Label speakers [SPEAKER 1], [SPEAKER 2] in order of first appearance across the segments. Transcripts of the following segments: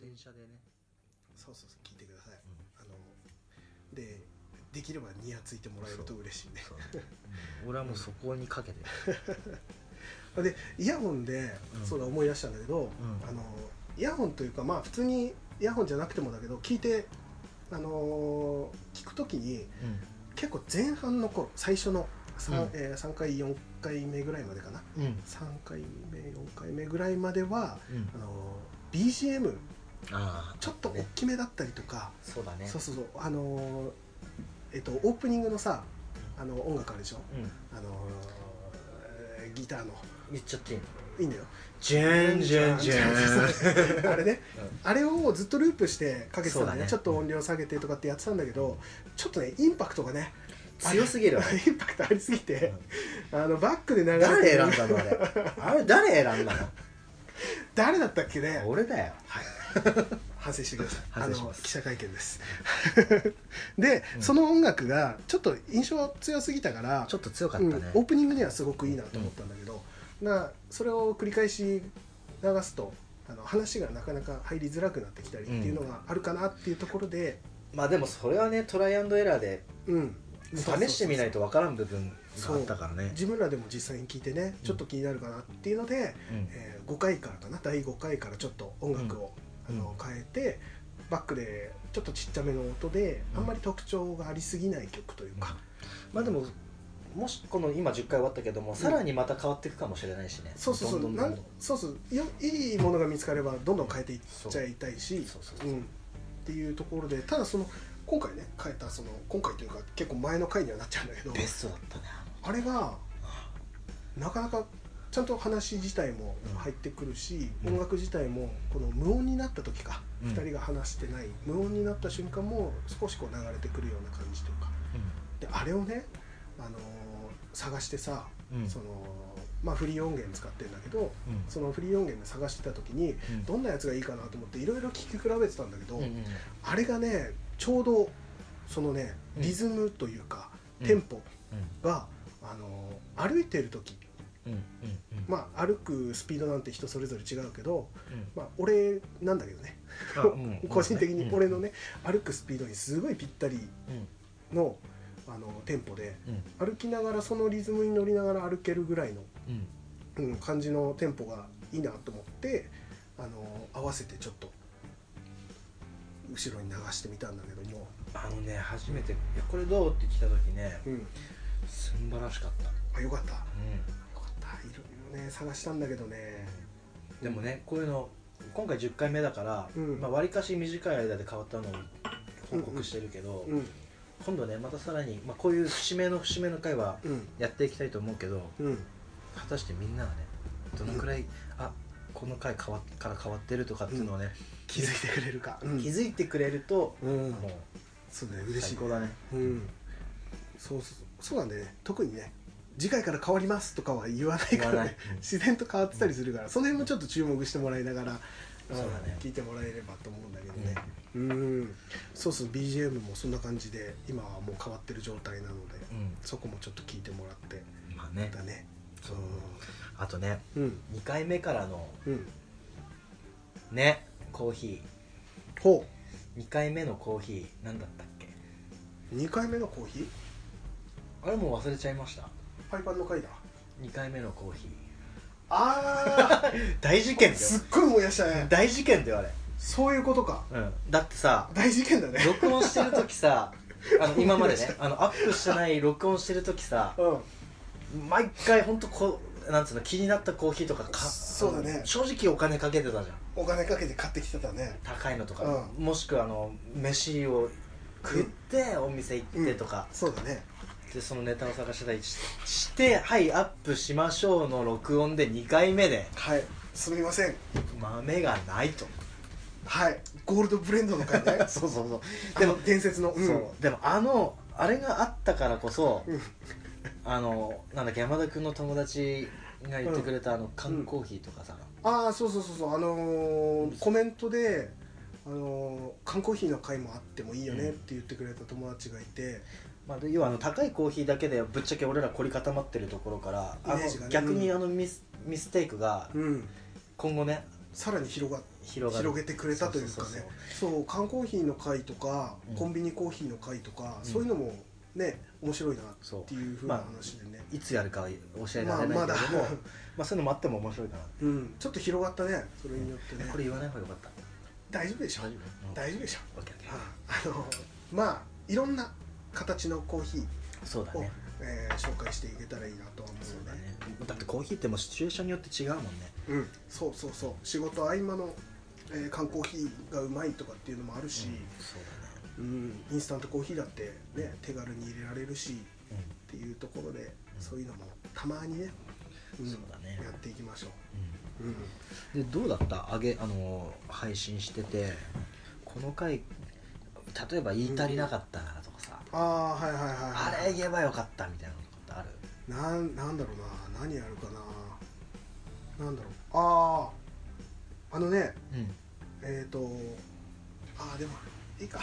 [SPEAKER 1] 電車でね
[SPEAKER 2] そうそうそう聞いてください、あのでできればニヤついてもらえると嬉しいね
[SPEAKER 1] そう俺はもうそこにかけてる
[SPEAKER 2] でイヤホンで、
[SPEAKER 1] うん
[SPEAKER 2] そうだ思い出したんだけど、
[SPEAKER 1] うん
[SPEAKER 2] あのイヤホンというかまあ普通にイヤホンじゃなくてもだけど聞いてあのー聞くときに結構前半の頃最初の 3,、
[SPEAKER 1] うん
[SPEAKER 2] えー3回4回目ぐらいまでかな
[SPEAKER 1] うんうん
[SPEAKER 2] 3回目4回目ぐらいまでは
[SPEAKER 1] うん
[SPEAKER 2] あのー BGM
[SPEAKER 1] ああ
[SPEAKER 2] ちょっと大きめだったりとか、
[SPEAKER 1] そうだね
[SPEAKER 2] そうそうそうあのーえっとオープニングのさあの音楽あるでしょ
[SPEAKER 1] うん
[SPEAKER 2] あのーえーギターの
[SPEAKER 1] 言っちゃっていいの
[SPEAKER 2] いいんだよ
[SPEAKER 1] ジェンジェンジェン
[SPEAKER 2] あれね、あれをずっとループしてかけてたんだ
[SPEAKER 1] そう
[SPEAKER 2] ね
[SPEAKER 1] だね
[SPEAKER 2] ちょっと音量下げてとかってやってたんだけどちょっとねインパクトがね
[SPEAKER 1] 強すぎるわ
[SPEAKER 2] インパクトありすぎて、あのバックで流れて
[SPEAKER 1] 誰
[SPEAKER 2] る
[SPEAKER 1] 選んだのあれ あれ誰選んだ
[SPEAKER 2] 誰だったっけね
[SPEAKER 1] の俺だよ
[SPEAKER 2] はい、反省してください
[SPEAKER 1] 反省します
[SPEAKER 2] あの記者会見です で、その音楽がちょっと印象強すぎたから
[SPEAKER 1] ちょっと強かったね
[SPEAKER 2] うんオープニングにはすごくいいなと思ったんだけど、なそれを繰り返し流すとあの話がなかなか入りづらくなってきたりっていうのがあるかなっていうところで、
[SPEAKER 1] まあでもそれはねトライアンドエラーで
[SPEAKER 2] うん
[SPEAKER 1] 試してみない
[SPEAKER 2] と
[SPEAKER 1] と分からん部分があったからね
[SPEAKER 2] 自分らでも実際に聞いてねちょっと気になるかなっていうので、
[SPEAKER 1] うん
[SPEAKER 2] えー5回からかな第5回からちょっと音楽を、
[SPEAKER 1] うん
[SPEAKER 2] あの変えてバックでちょっとちっちゃめの音で、
[SPEAKER 1] うん
[SPEAKER 2] あんまり特徴がありすぎない曲というか、
[SPEAKER 1] まあでももしこの今10回終わったけどもさらにまた変わっていくかもしれないしね
[SPEAKER 2] そうそうそう
[SPEAKER 1] どんどんどん
[SPEAKER 2] な
[SPEAKER 1] どん
[SPEAKER 2] んそうそうよいいものが見つかればどんどん変えていっ
[SPEAKER 1] そう
[SPEAKER 2] ちゃいたいし
[SPEAKER 1] そうそうそううん
[SPEAKER 2] っていうところでただその今回ね変えたその今回というか結構前の回にはなっちゃうんだけど
[SPEAKER 1] ベストだったね
[SPEAKER 2] あれがなかなかちゃんと話自体も入ってくるし、
[SPEAKER 1] うん
[SPEAKER 2] 音楽自体もこの無音になった時か、
[SPEAKER 1] うん
[SPEAKER 2] 二2人が話してない無音になった瞬間も少しこう流れてくるような感じというかであれをね、あのー探してさ、
[SPEAKER 1] うんうん
[SPEAKER 2] そのまあ、フリー音源使ってるんだけど
[SPEAKER 1] うん
[SPEAKER 2] そのフリー音源で探してた時に
[SPEAKER 1] うん
[SPEAKER 2] どんなやつがいいかなと思っていろいろ聴き比べてたんだけど、
[SPEAKER 1] うんうん
[SPEAKER 2] あれがねちょうどそのね
[SPEAKER 1] うん
[SPEAKER 2] リズムというか、
[SPEAKER 1] うん
[SPEAKER 2] テンポが、あのー歩いてる時
[SPEAKER 1] うんうんうんうん
[SPEAKER 2] まあ歩くスピードなんて人それぞれ違うけど、
[SPEAKER 1] うん
[SPEAKER 2] まあ、俺なんだけどね、
[SPEAKER 1] あうん
[SPEAKER 2] 個人的に
[SPEAKER 1] うん
[SPEAKER 2] 俺のね、歩くスピードにすごいぴったり
[SPEAKER 1] うん
[SPEAKER 2] の、あのテンポで
[SPEAKER 1] うん
[SPEAKER 2] 歩きながらそのリズムに乗りながら歩けるぐらいの、
[SPEAKER 1] うん
[SPEAKER 2] うん、感じのテンポがいいなと思って、あのー合わせてちょっと後ろに流してみたんだけども、
[SPEAKER 1] あのね初めていや「これどう?」って来た時ね
[SPEAKER 2] うん、
[SPEAKER 1] 素晴らしかった
[SPEAKER 2] あよかったよ
[SPEAKER 1] う
[SPEAKER 2] かったいろいろね探したんだけどね
[SPEAKER 1] んでもねこういうの今回10回目だから
[SPEAKER 2] うん
[SPEAKER 1] まあ割かし短い間で変わったのを報告してるけど
[SPEAKER 2] うん
[SPEAKER 1] 今度ねまたさらにまあこういう節目の節目の回は
[SPEAKER 2] うん
[SPEAKER 1] やっていきたいと思うけど
[SPEAKER 2] うん
[SPEAKER 1] 果たしてみんながねどのくらいあこの回変わっから変わってるとかっていうのをね
[SPEAKER 2] 気づいてくれるか、うん
[SPEAKER 1] 気づいてくれると
[SPEAKER 2] うん
[SPEAKER 1] も
[SPEAKER 2] そうね
[SPEAKER 1] う
[SPEAKER 2] 嬉しい
[SPEAKER 1] 最高だね
[SPEAKER 2] うんそうそうそうなんでね特にね次回から変わりますとかは言わない
[SPEAKER 1] 言
[SPEAKER 2] か
[SPEAKER 1] わな
[SPEAKER 2] ら
[SPEAKER 1] い
[SPEAKER 2] ね 自然と変わってたりするから、その辺もちょっと注目してもらいながら、
[SPEAKER 1] そうだね
[SPEAKER 2] うん聞いてもらえればと思うんだけどねうんそうそう BGM もそんな感じで今はもう変わってる状態なので、
[SPEAKER 1] うん
[SPEAKER 2] そこもちょっと聞いてもらって
[SPEAKER 1] うんまあね
[SPEAKER 2] だね
[SPEAKER 1] そうあとね
[SPEAKER 2] うんうん
[SPEAKER 1] 2回目からの
[SPEAKER 2] うん
[SPEAKER 1] ねコーヒ
[SPEAKER 2] ほ
[SPEAKER 1] ー2回目のコーヒー何だったっけ
[SPEAKER 2] う2回目のコーヒー
[SPEAKER 1] あれもう忘れちゃいました
[SPEAKER 2] パイパンの回だ
[SPEAKER 1] 2回目のコーヒ
[SPEAKER 2] あ あ
[SPEAKER 1] ー大事件だ
[SPEAKER 2] すっ
[SPEAKER 1] よ
[SPEAKER 2] ごい燃やしたね
[SPEAKER 1] 大事件だよあれ、
[SPEAKER 2] そういうことか
[SPEAKER 1] だってさ
[SPEAKER 2] 大事件だね
[SPEAKER 1] 録音してる時 さあの今までねあのアップしてない録音してる時さ
[SPEAKER 2] うん
[SPEAKER 1] 毎回本当こうなんつうの気になったコーヒーとかか
[SPEAKER 2] そうだね
[SPEAKER 1] あの正直お金かけてたじゃん
[SPEAKER 2] お金かけて買ってきてたね
[SPEAKER 1] 高いのとか、もしくはあの飯を食ってお店行ってとか、
[SPEAKER 2] そうだね
[SPEAKER 1] でそのネタを探してたりしして「はいアップしましょう」の録音で2回目で
[SPEAKER 2] はいすみません
[SPEAKER 1] 豆がないと
[SPEAKER 2] はいゴールドブレンドの回 ね
[SPEAKER 1] そうそうそう
[SPEAKER 2] で
[SPEAKER 1] でも
[SPEAKER 2] も伝説のうん
[SPEAKER 1] そうでもあのあれがあったからこそ、
[SPEAKER 2] うん
[SPEAKER 1] あのなんだっけ山田君の友達が言ってくれたあの缶コーヒーとかさ、
[SPEAKER 2] ああそうそうそうそうあのーコメントであのー缶コーヒーの回もあってもいいよねって言ってくれた友達がいて、
[SPEAKER 1] まあ、要はあの高いコーヒーだけでぶっちゃけ俺ら凝り固まってるところからあ
[SPEAKER 2] イメージ
[SPEAKER 1] の
[SPEAKER 2] がね
[SPEAKER 1] 逆にあのミスミステイクが
[SPEAKER 2] うん
[SPEAKER 1] 今後ね
[SPEAKER 2] さらに広が
[SPEAKER 1] 広がる
[SPEAKER 2] 広げてくれたというか
[SPEAKER 1] そうそう
[SPEAKER 2] ねそう缶コーヒーの会とか
[SPEAKER 1] うん
[SPEAKER 2] コンビニコーヒーの会とか、
[SPEAKER 1] ん
[SPEAKER 2] そういうのもね面白いなっていうふうな話でね、
[SPEAKER 1] いつやるかは教えられないけれども、ま
[SPEAKER 2] まあま
[SPEAKER 1] あ
[SPEAKER 2] だ
[SPEAKER 1] そういうのもあっても面白いかなって
[SPEAKER 2] うん、ちょっと広がったねそれによってね、
[SPEAKER 1] これ言わない方がよかった
[SPEAKER 2] 大丈夫でしょ
[SPEAKER 1] 大丈夫
[SPEAKER 2] 大丈夫でしょ
[SPEAKER 1] 夫 OKOK
[SPEAKER 2] ああのまあいろんな形のコーヒ
[SPEAKER 1] そうだ
[SPEAKER 2] ーを、
[SPEAKER 1] ね
[SPEAKER 2] えー紹介していけたらいいなとは思
[SPEAKER 1] そう
[SPEAKER 2] う
[SPEAKER 1] だ
[SPEAKER 2] ので
[SPEAKER 1] ねだってコーヒーってもうシチュエーションによって違うもんね
[SPEAKER 2] うん、そうそうそう仕事合間の、えー缶コーヒーがうまいとかっていうのもあるし、
[SPEAKER 1] そうだ
[SPEAKER 2] うんインスタントコーヒーだって、ね、手軽に入れられるしっ
[SPEAKER 1] ね
[SPEAKER 2] ていうところでそういうのもたまにね,、うん
[SPEAKER 1] そうだね
[SPEAKER 2] やっていきましょ
[SPEAKER 1] う
[SPEAKER 2] う、うん、
[SPEAKER 1] ん、でどうだったあげあの配信しててこの回例えば言い足りなかったなとかさ、
[SPEAKER 2] ああはいはいはい
[SPEAKER 1] あ
[SPEAKER 2] はい
[SPEAKER 1] れ言えばよかったみたいなのとかってある
[SPEAKER 2] なんなんだろうな何やるかななんだろうあああのね
[SPEAKER 1] うん
[SPEAKER 2] えっ、ー、とああでもいいか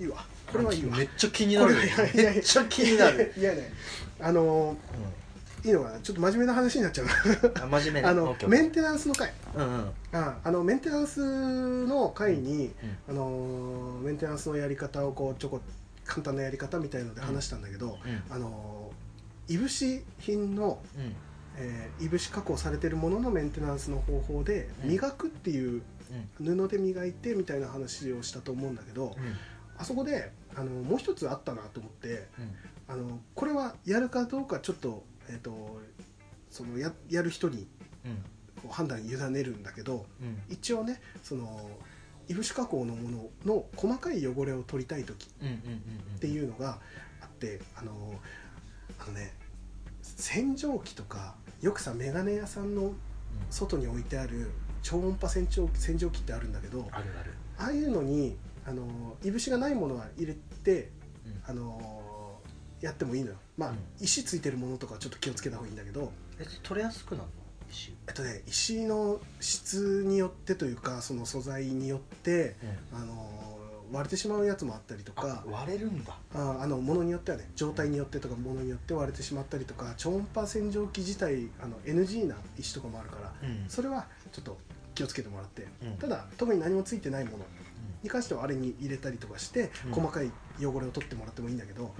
[SPEAKER 2] いいわこれはいいわ
[SPEAKER 1] めっちゃ気になる
[SPEAKER 2] これはいやいや
[SPEAKER 1] めっちゃ気になる、
[SPEAKER 2] いやねあのいいのかなちょっと真面目な話になっちゃ う
[SPEAKER 1] うん、あ真面目
[SPEAKER 2] な
[SPEAKER 1] ね
[SPEAKER 2] あの
[SPEAKER 1] OK
[SPEAKER 2] メンテナンスの回
[SPEAKER 1] うんうん
[SPEAKER 2] ああのメンテナンスの回に、
[SPEAKER 1] うん
[SPEAKER 2] あのメンテナンスのやり方をこうちょこ簡単なやり方みたいので話したんだけど、
[SPEAKER 1] うん
[SPEAKER 2] あのいぶし品の
[SPEAKER 1] うん
[SPEAKER 2] えーいぶし加工されてるもののメンテナンスの方法で
[SPEAKER 1] うん
[SPEAKER 2] 磨くっていう
[SPEAKER 1] うん
[SPEAKER 2] 布で磨いてみたいな話をしたと思うんだけど
[SPEAKER 1] うん
[SPEAKER 2] あそこであのもう一つあったなと思って
[SPEAKER 1] うん
[SPEAKER 2] あのこれはやるかどうかちょっと,、えー、とそのややる人に
[SPEAKER 1] うん
[SPEAKER 2] こう判断に委ねるんだけど
[SPEAKER 1] うん
[SPEAKER 2] 一応ねそのいぶし加工のものの細かい汚れを取りたい時
[SPEAKER 1] うんうんうん
[SPEAKER 2] っていうのがあってあのあのね洗浄機とかよくさメガネ屋さんの
[SPEAKER 1] うん
[SPEAKER 2] 外に置いてある超音波洗浄洗浄機ってあるんだけど
[SPEAKER 1] あ
[SPEAKER 2] あ
[SPEAKER 1] るある
[SPEAKER 2] あいうのにあのいぶしがないものは入れて
[SPEAKER 1] うん
[SPEAKER 2] あのやってもいいのよまあ、
[SPEAKER 1] うん
[SPEAKER 2] 石ついてるものとかはちょっと気をつけた方がいいんだけど
[SPEAKER 1] え取れやすくなるの石
[SPEAKER 2] えっとね石の質によってというかその素材によってあの割れてしまうやつもあったりとか
[SPEAKER 1] あ割れるんだ
[SPEAKER 2] ああのものによってはね状態によってとかものによって割れてしまったりとか超音波洗浄機自体あの NG な石とかもあるから
[SPEAKER 1] うん
[SPEAKER 2] それはちょっと気をつけてもらって、
[SPEAKER 1] うん
[SPEAKER 2] ただ特に何もついてないもの
[SPEAKER 1] う
[SPEAKER 2] に関してはあれに入れたりとかして、
[SPEAKER 1] うん
[SPEAKER 2] 細かい汚れを取ってもらってもいいんだけ
[SPEAKER 1] ん
[SPEAKER 2] ど、
[SPEAKER 1] うん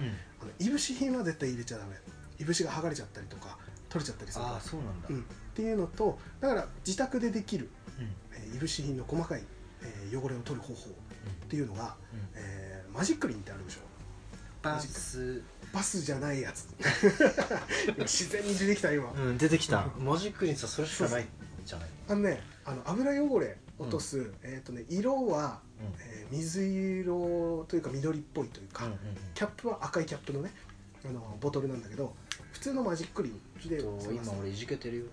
[SPEAKER 2] あのいぶし品は絶対入れちゃダメいぶしが剥がれちゃったりとか取れちゃったりする
[SPEAKER 1] あ
[SPEAKER 2] か
[SPEAKER 1] あそうなんだ
[SPEAKER 2] ら、うん、っていうのとだから自宅でできる、
[SPEAKER 1] うん
[SPEAKER 2] えーいぶし品の細かい、えー汚れを取る方法っていうのが、
[SPEAKER 1] うん
[SPEAKER 2] えーマジックリンってあるでしょ
[SPEAKER 1] バス
[SPEAKER 2] バスじゃない やつ自然に出てきた今、
[SPEAKER 1] うん出てきたマジックにさそれしかないじゃない
[SPEAKER 2] あのねあの油汚れ落とす、えっ、とね色は、
[SPEAKER 1] うん
[SPEAKER 2] えー水色というか緑っぽいというか、
[SPEAKER 1] うんうん
[SPEAKER 2] キャップは赤いキャップのねあのボトルなんだけど普通のマジックリンで
[SPEAKER 1] うんと
[SPEAKER 2] 探す
[SPEAKER 1] 今俺いじけてるよ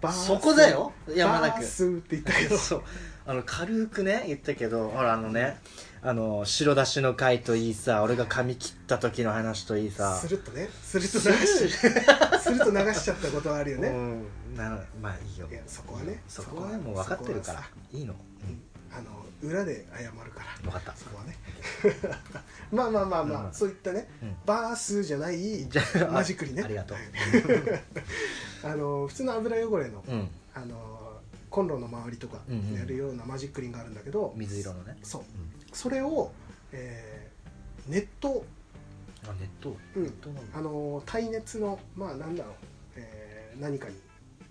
[SPEAKER 2] バース
[SPEAKER 1] そこだよ山田
[SPEAKER 2] バー
[SPEAKER 1] 君
[SPEAKER 2] スって言ったけど
[SPEAKER 1] そうあの軽くね言ったけどほらあのねあの白だしの回といいさ俺が髪切った時の話といいさ
[SPEAKER 2] スルッとねスルッと流しスルッと流しちゃったことはあるよ
[SPEAKER 1] う
[SPEAKER 2] ね、
[SPEAKER 1] んなまあいいよ
[SPEAKER 2] いやそこはね
[SPEAKER 1] そこはもう分かってるから
[SPEAKER 2] そこはさ
[SPEAKER 1] いいの
[SPEAKER 2] うんあの裏で謝るから
[SPEAKER 1] 分かった
[SPEAKER 2] そこはね まあまあまあまあ、
[SPEAKER 1] うん
[SPEAKER 2] そういったね、
[SPEAKER 1] うん
[SPEAKER 2] バースじゃない
[SPEAKER 1] じゃあ
[SPEAKER 2] マジックにね
[SPEAKER 1] ありがとう
[SPEAKER 2] はい あの普通の油汚れの,、
[SPEAKER 1] うん
[SPEAKER 2] あのコンロの周りとか
[SPEAKER 1] うんうん
[SPEAKER 2] にやるようなマジックリンがあるんだけど、
[SPEAKER 1] 水色のね
[SPEAKER 2] そう
[SPEAKER 1] うん
[SPEAKER 2] それを、えー熱湯
[SPEAKER 1] あ熱湯
[SPEAKER 2] うん
[SPEAKER 1] 熱湯なんだ
[SPEAKER 2] あの耐熱のまあなんだろう、えー何かに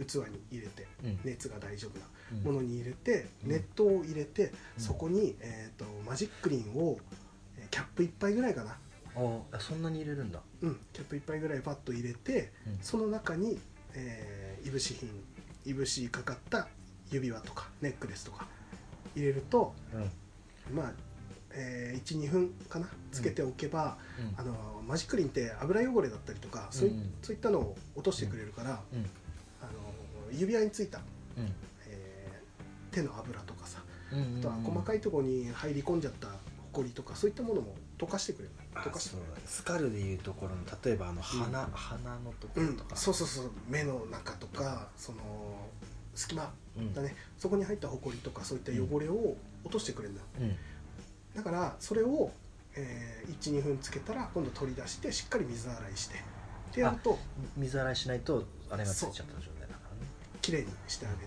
[SPEAKER 2] 器に入れて
[SPEAKER 1] うん
[SPEAKER 2] 熱が大丈夫な
[SPEAKER 1] うん
[SPEAKER 2] ものに入れて、
[SPEAKER 1] うん
[SPEAKER 2] 熱湯を入れて、
[SPEAKER 1] うん
[SPEAKER 2] そこに、えー、とマジックリンをえーキャップ1杯ぐらいかな、
[SPEAKER 1] ああそんなに入れるんだ
[SPEAKER 2] うん、キャップ1杯ぐらいパッと入れて
[SPEAKER 1] うん
[SPEAKER 2] その中に、えーいぶし品いぶしかかった指輪とかネックレスとか入れると
[SPEAKER 1] うんうん
[SPEAKER 2] まあ、えー12分かなつけておけば、あのマジックリンって油汚れだったりとかそうい,、
[SPEAKER 1] うんうん
[SPEAKER 2] そういったのを落としてくれるから、
[SPEAKER 1] うん
[SPEAKER 2] あの指輪についた、
[SPEAKER 1] うん
[SPEAKER 2] えー手の油とかさ
[SPEAKER 1] うんうんうん
[SPEAKER 2] あとは細かいところに入り込んじゃったほこりとかそういったものも溶かしてくれる
[SPEAKER 1] あ
[SPEAKER 2] 溶かし
[SPEAKER 1] そ
[SPEAKER 2] てく
[SPEAKER 1] う
[SPEAKER 2] れる
[SPEAKER 1] だねスカルでいうところの例えばあの鼻、鼻のとこ
[SPEAKER 2] う
[SPEAKER 1] ろ
[SPEAKER 2] ん
[SPEAKER 1] と、か、
[SPEAKER 2] そうそうそう目の中とかその隙間
[SPEAKER 1] うん
[SPEAKER 2] だね、そこに入ったほこりとかそういった汚れを落としてくれるんだよ
[SPEAKER 1] うん
[SPEAKER 2] だからそれを、えー、12分つけたら今度取り出してしっかり水洗いしてってやると
[SPEAKER 1] 水洗いしないとあれがついちゃった状態だからね
[SPEAKER 2] 綺麗にしてあげて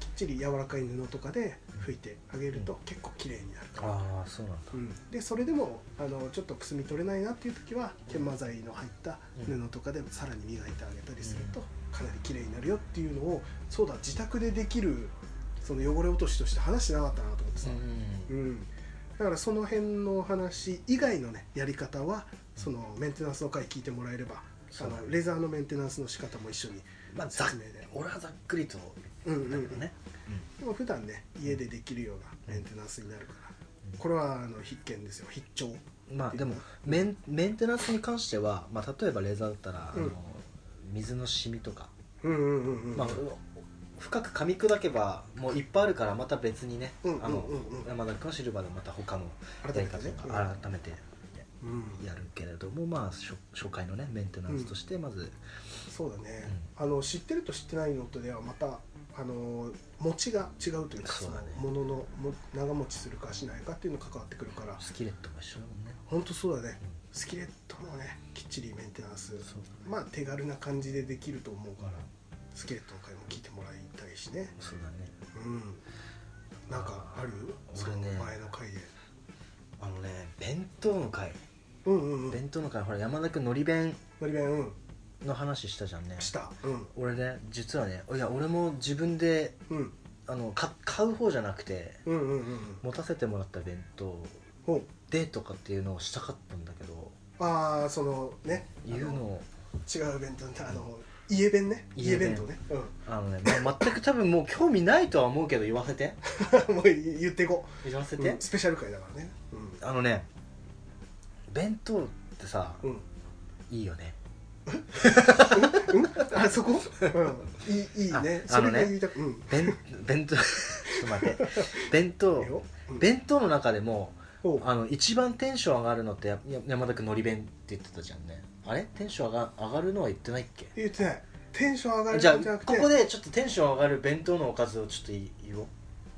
[SPEAKER 2] きっちり柔らかい布とかで拭いてあげると結構綺麗になるから、
[SPEAKER 1] ああそうなんだ
[SPEAKER 2] うん、でそれでもあのちょっとくすみ取れないなっていう時は研磨剤の入った布とかでさらに磨いてあげたりするとかなり綺麗になるよっていうのをそうだ自宅でできるその汚れ落としとして話してなかったなと思ってさ、
[SPEAKER 1] う
[SPEAKER 2] うんん、だからその辺の話以外のねやり方はそのメンテナンスの回聞いてもらえればあ
[SPEAKER 1] そうだね
[SPEAKER 2] のレザーのメンテナンスの仕方も一緒に
[SPEAKER 1] まあざっ
[SPEAKER 2] 説明で、
[SPEAKER 1] 俺はざっくりと
[SPEAKER 2] うんうんう
[SPEAKER 1] だけど
[SPEAKER 2] ん、
[SPEAKER 1] ね
[SPEAKER 2] でも普段ね家でできるようなメンテナンスになるからこれはあの必見ですよ必聴
[SPEAKER 1] まあでもメンメンテナンスに関してはまあ例えばレーザーだったらあ
[SPEAKER 2] う
[SPEAKER 1] の
[SPEAKER 2] ん
[SPEAKER 1] 水の染みとか
[SPEAKER 2] うんうんうんうん、
[SPEAKER 1] まあ深く噛み砕けばもういっぱいあるからまた別にね
[SPEAKER 2] うんうんうん
[SPEAKER 1] あの
[SPEAKER 2] うん
[SPEAKER 1] 山田君はシルバーでまた他のや
[SPEAKER 2] 改め
[SPEAKER 1] り
[SPEAKER 2] て
[SPEAKER 1] 方
[SPEAKER 2] ね
[SPEAKER 1] と
[SPEAKER 2] うん
[SPEAKER 1] か改めて
[SPEAKER 2] うん、
[SPEAKER 1] やるけれどもまあ初初回のねメンテナンスとしてまず
[SPEAKER 2] そうだね、あの知ってると知ってないのとではまたあの持ちが違うというか
[SPEAKER 1] そうだね
[SPEAKER 2] もののも長持ちするかしないかっていうのが関わってくるから
[SPEAKER 1] スキレットも一緒だもんね
[SPEAKER 2] 本当そうだねスキレットもねきっちりメンテナンス
[SPEAKER 1] そうだね
[SPEAKER 2] まあ手軽な感じでできると思うからスキレットの回も聞いてもらいたいしね
[SPEAKER 1] そうだね
[SPEAKER 2] うんなんかある
[SPEAKER 1] 俺
[SPEAKER 2] その
[SPEAKER 1] ね
[SPEAKER 2] 前の回で
[SPEAKER 1] あのね弁当の回
[SPEAKER 2] うんうんうん
[SPEAKER 1] 弁当の回ほら山田君のり弁
[SPEAKER 2] のり弁うん
[SPEAKER 1] の話したじゃんね
[SPEAKER 2] したうん
[SPEAKER 1] 俺ね実はねいや俺も自分で
[SPEAKER 2] うん
[SPEAKER 1] あのか買う方じゃなくて
[SPEAKER 2] うんうんうんうん
[SPEAKER 1] 持たせてもらった弁当
[SPEAKER 2] ほう
[SPEAKER 1] でとかっていうのをしたかったんだけど
[SPEAKER 2] ああそのね
[SPEAKER 1] 言うのを
[SPEAKER 2] 違う弁当ねあの家弁ね
[SPEAKER 1] 家
[SPEAKER 2] 家
[SPEAKER 1] 弁
[SPEAKER 2] 弁当ね、
[SPEAKER 1] あのね、まあ、全く多分もう興味ないとは思うけど言わせて
[SPEAKER 2] うん、 もう言っていこ
[SPEAKER 1] 言わせ
[SPEAKER 2] う、
[SPEAKER 1] て、
[SPEAKER 2] うんスペシャル回だからね
[SPEAKER 1] あのね弁当ってさ
[SPEAKER 2] うん、うん
[SPEAKER 1] いいよね
[SPEAKER 2] うん、あそこ、うん、いいいいね
[SPEAKER 1] ああ
[SPEAKER 2] そ
[SPEAKER 1] の
[SPEAKER 2] れ
[SPEAKER 1] ね
[SPEAKER 2] が言いたく、うん
[SPEAKER 1] 弁 弁当ちょっと待って弁当
[SPEAKER 2] いいようん
[SPEAKER 1] 弁当の中でも
[SPEAKER 2] おう
[SPEAKER 1] あの一番テンション上がるのってやや山田君のり弁って言ってたじゃんねあれテンション上が上がるのは言ってないっけ
[SPEAKER 2] 言ってないテンション上がるん
[SPEAKER 1] じ
[SPEAKER 2] じ
[SPEAKER 1] ゃ
[SPEAKER 2] ゃ
[SPEAKER 1] あ
[SPEAKER 2] なくて
[SPEAKER 1] ここでちょっとテンション上がる弁当のおかずをちょっとい言おう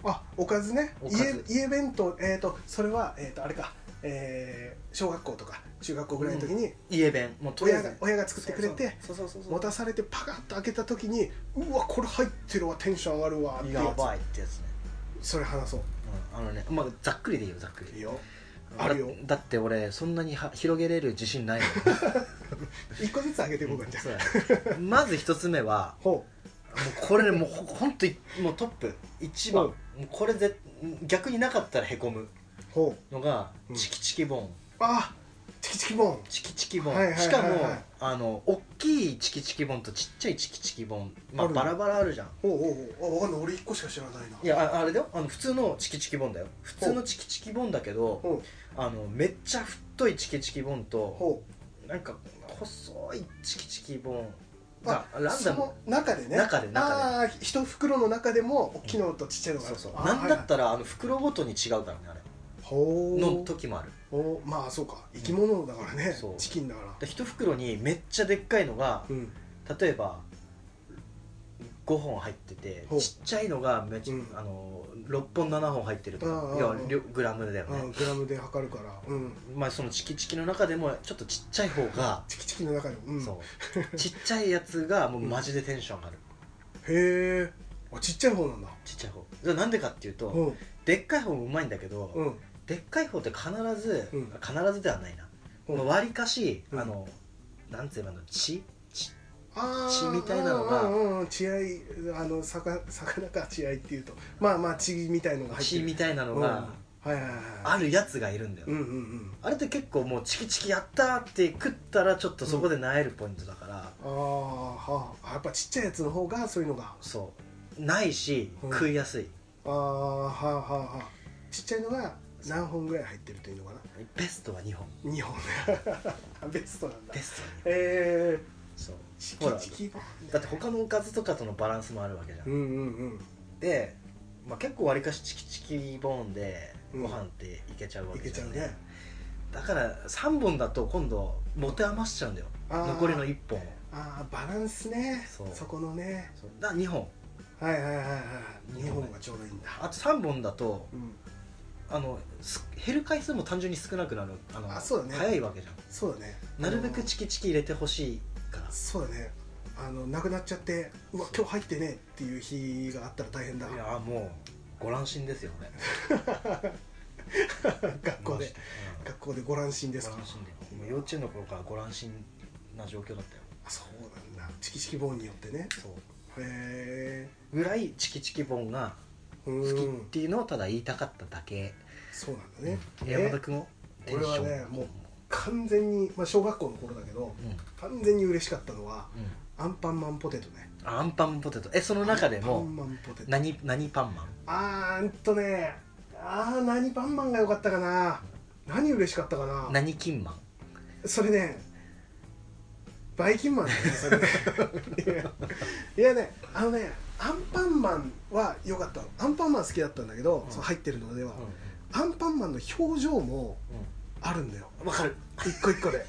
[SPEAKER 2] あおかずね
[SPEAKER 1] おかず
[SPEAKER 2] 家家弁当えっ、とそれはえっ、とあれかえー、小学校とか中学校ぐらいの時に、
[SPEAKER 1] 家弁もうとりあえ
[SPEAKER 2] 親
[SPEAKER 1] ず
[SPEAKER 2] が親が作ってくれて
[SPEAKER 1] そうそうそうそう
[SPEAKER 2] 持たされてパカッと開けた時にうわこれ入ってるわテンション上がるわってや
[SPEAKER 1] や
[SPEAKER 2] つ
[SPEAKER 1] ばいってやつね、
[SPEAKER 2] それ話そう
[SPEAKER 1] うん、あのねまあざっくりでいいよざっくり
[SPEAKER 2] いいよ
[SPEAKER 1] だ
[SPEAKER 2] あるよ
[SPEAKER 1] だって俺そんなには広げれる自信ない の
[SPEAKER 2] 一個ずつ上げていこうかじゃ
[SPEAKER 1] そ
[SPEAKER 2] あ
[SPEAKER 1] うだねまず一つ目は
[SPEAKER 2] ほ
[SPEAKER 1] もうこれねもうほほんといもうトップ一番
[SPEAKER 2] うん
[SPEAKER 1] もうこれぜ逆になかったらへこむ
[SPEAKER 2] うほう
[SPEAKER 1] のが
[SPEAKER 2] うん
[SPEAKER 1] チキチキボン、
[SPEAKER 2] あチキチキボン
[SPEAKER 1] チキチキボン、
[SPEAKER 2] はいはいはいはい
[SPEAKER 1] しかもあの大きいチキチキボンとちっちゃいチキチキボン、まあ、
[SPEAKER 2] ある
[SPEAKER 1] バラバラあるじゃん
[SPEAKER 2] ほうほうほうあわかんない俺一個しか知らないない
[SPEAKER 1] やああれだよあの普通のチキチキボンだよ普通のチキチキボンだけど
[SPEAKER 2] ほ
[SPEAKER 1] あのめっちゃ太いチキチキボン
[SPEAKER 2] う
[SPEAKER 1] と
[SPEAKER 2] ほ
[SPEAKER 1] なんか細いチキチキボン
[SPEAKER 2] う
[SPEAKER 1] が
[SPEAKER 2] あ
[SPEAKER 1] ラン
[SPEAKER 2] そ
[SPEAKER 1] ダム
[SPEAKER 2] の中でね
[SPEAKER 1] 中で中で
[SPEAKER 2] ああ一袋の中でも大きいのとちっちゃいのがあ
[SPEAKER 1] そう
[SPEAKER 2] る
[SPEAKER 1] そう
[SPEAKER 2] あー
[SPEAKER 1] なんだっ
[SPEAKER 2] はいはい
[SPEAKER 1] たらあの袋ごとに違うからねあれ
[SPEAKER 2] ほう
[SPEAKER 1] の時もある
[SPEAKER 2] ほうまあそうか生き物だからね
[SPEAKER 1] そう
[SPEAKER 2] チキンだから
[SPEAKER 1] で一袋にめっちゃでっかいのが
[SPEAKER 2] うん
[SPEAKER 1] 例えば5本入ってて
[SPEAKER 2] ほう
[SPEAKER 1] ちっちゃいのがめっちゃ、
[SPEAKER 2] うん
[SPEAKER 1] あの6本7本入ってると
[SPEAKER 2] あ
[SPEAKER 1] か
[SPEAKER 2] あ
[SPEAKER 1] 要は
[SPEAKER 2] ああ
[SPEAKER 1] りょグラムだよ
[SPEAKER 2] あ
[SPEAKER 1] ね
[SPEAKER 2] ーグラムで測るからうん
[SPEAKER 1] まあそのチキチキの中でもちょっとちっちゃい方が、
[SPEAKER 2] チキチキの中でもうん
[SPEAKER 1] そうちっちゃいやつがもうマジでテンション上がる
[SPEAKER 2] へえあちっちゃい方なんだ
[SPEAKER 1] ちっちゃい方じゃあなんでかっていうと、
[SPEAKER 2] うん
[SPEAKER 1] でっかい方もうまいんだけど、
[SPEAKER 2] うん
[SPEAKER 1] でっかい方って必ず、
[SPEAKER 2] うん
[SPEAKER 1] 必ずではないな、
[SPEAKER 2] うん
[SPEAKER 1] まあ割かし、
[SPEAKER 2] うん
[SPEAKER 1] あのなんて言えばいいの血血
[SPEAKER 2] あー
[SPEAKER 1] 血みたいなのが
[SPEAKER 2] うんうんうん血合いあの魚魚か血合いっていうとまあまあ血みたいのが入って
[SPEAKER 1] 血
[SPEAKER 2] る
[SPEAKER 1] みたいなの
[SPEAKER 2] うん
[SPEAKER 1] が
[SPEAKER 2] はいはいはい
[SPEAKER 1] あるやつがいるんだよ、
[SPEAKER 2] うんうんうん
[SPEAKER 1] あれって結構もうチキチキやったーって食ったらちょっとそこでなえるポイントだから、
[SPEAKER 2] あーはあやっぱちっちゃいやつの方がそういうのが
[SPEAKER 1] そうないし、
[SPEAKER 2] うん
[SPEAKER 1] 食いやすい
[SPEAKER 2] あーはあはあはあちっちゃいのが何本ぐらい入ってるというのかな
[SPEAKER 1] ベストは2本
[SPEAKER 2] 2本 ベストなんだ
[SPEAKER 1] ベストは2本
[SPEAKER 2] ええ
[SPEAKER 1] そう
[SPEAKER 2] チ
[SPEAKER 1] ほら
[SPEAKER 2] キチキ
[SPEAKER 1] だって他のおかずとかとのバランスもあるわけじゃん、
[SPEAKER 2] うんうんうん
[SPEAKER 1] で、まあ、結構わりかしチキチキボーンで
[SPEAKER 2] うん
[SPEAKER 1] ご飯っていけちゃうわ
[SPEAKER 2] い
[SPEAKER 1] け
[SPEAKER 2] け
[SPEAKER 1] じ
[SPEAKER 2] ち
[SPEAKER 1] ゃ
[SPEAKER 2] ゃ
[SPEAKER 1] ん
[SPEAKER 2] う
[SPEAKER 1] ね、
[SPEAKER 2] ね
[SPEAKER 1] だから3本だと今度持て余しちゃうんだよ
[SPEAKER 2] あー
[SPEAKER 1] 残りの1本を
[SPEAKER 2] ああバランスね
[SPEAKER 1] そ
[SPEAKER 2] そうこのね
[SPEAKER 1] そうだ2本
[SPEAKER 2] はいはいはいはい2本がちょうどいいんだ
[SPEAKER 1] あと3本だと
[SPEAKER 2] うん
[SPEAKER 1] あのす減る回数も単純に少なくなるあの
[SPEAKER 2] あそうだね
[SPEAKER 1] 早いわけじゃん
[SPEAKER 2] そうだね
[SPEAKER 1] なるべ
[SPEAKER 2] あ
[SPEAKER 1] く
[SPEAKER 2] の
[SPEAKER 1] チキチキ入れてほしいから
[SPEAKER 2] そうだねあのなくなっちゃってうわ今日入ってねっていう日があったら大変だ
[SPEAKER 1] いやもうご乱心ですよね
[SPEAKER 2] 学校で
[SPEAKER 1] うん
[SPEAKER 2] 学校でご乱心です
[SPEAKER 1] ご
[SPEAKER 2] か
[SPEAKER 1] 乱心でもう幼稚園の頃からご乱心な状況だったよ
[SPEAKER 2] あそうなんだチキチキボーンによってね
[SPEAKER 1] そう
[SPEAKER 2] へ
[SPEAKER 1] ぐらいチキチキボンが
[SPEAKER 2] えう
[SPEAKER 1] 好きっ
[SPEAKER 2] ん
[SPEAKER 1] ていうのをただ言いたかっただけ、
[SPEAKER 2] そうなんだね
[SPEAKER 1] 山
[SPEAKER 2] え
[SPEAKER 1] 田君もテン
[SPEAKER 2] 俺
[SPEAKER 1] シ
[SPEAKER 2] は
[SPEAKER 1] ョン
[SPEAKER 2] ねもう完全に、まあ、小学校の頃だけど
[SPEAKER 1] うん
[SPEAKER 2] 完全に嬉しかったのは
[SPEAKER 1] うん
[SPEAKER 2] アンパンマンポテトね
[SPEAKER 1] アンパンポテトえその中で
[SPEAKER 2] アン
[SPEAKER 1] も
[SPEAKER 2] パンマンポテト
[SPEAKER 1] 何何パンマン
[SPEAKER 2] あーんとねあー何パンマンが良かったかな何嬉しかったかな
[SPEAKER 1] 何金マン
[SPEAKER 2] それねバイキンマンだねそれね いやいやねあのねアンパンマンは良かったのアンパンマン好きだったんだけど、
[SPEAKER 1] うん
[SPEAKER 2] その入ってるのでは、
[SPEAKER 1] わ、
[SPEAKER 2] アンパンマンの表情もあるんだよ
[SPEAKER 1] かる、
[SPEAKER 2] 一個一 個で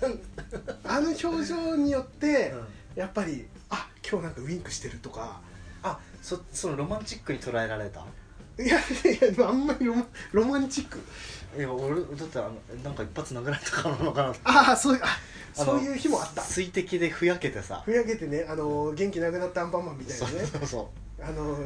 [SPEAKER 2] あの表情によって、
[SPEAKER 1] うん
[SPEAKER 2] やっぱりあ今日なんかウィンクしてるとか
[SPEAKER 1] あそそのロマンチックに捉えられた
[SPEAKER 2] いやいやあんまりロマロマンチック
[SPEAKER 1] いや俺だってあのなんか一発殴られたからなのかな
[SPEAKER 2] ああそういうあ
[SPEAKER 1] あの
[SPEAKER 2] そういう日もあった
[SPEAKER 1] 水滴でふやけてさ
[SPEAKER 2] ふやけてねあの元気なくなったアンパンマンみたい
[SPEAKER 1] そ
[SPEAKER 2] な
[SPEAKER 1] う
[SPEAKER 2] ね
[SPEAKER 1] そうそ
[SPEAKER 2] あの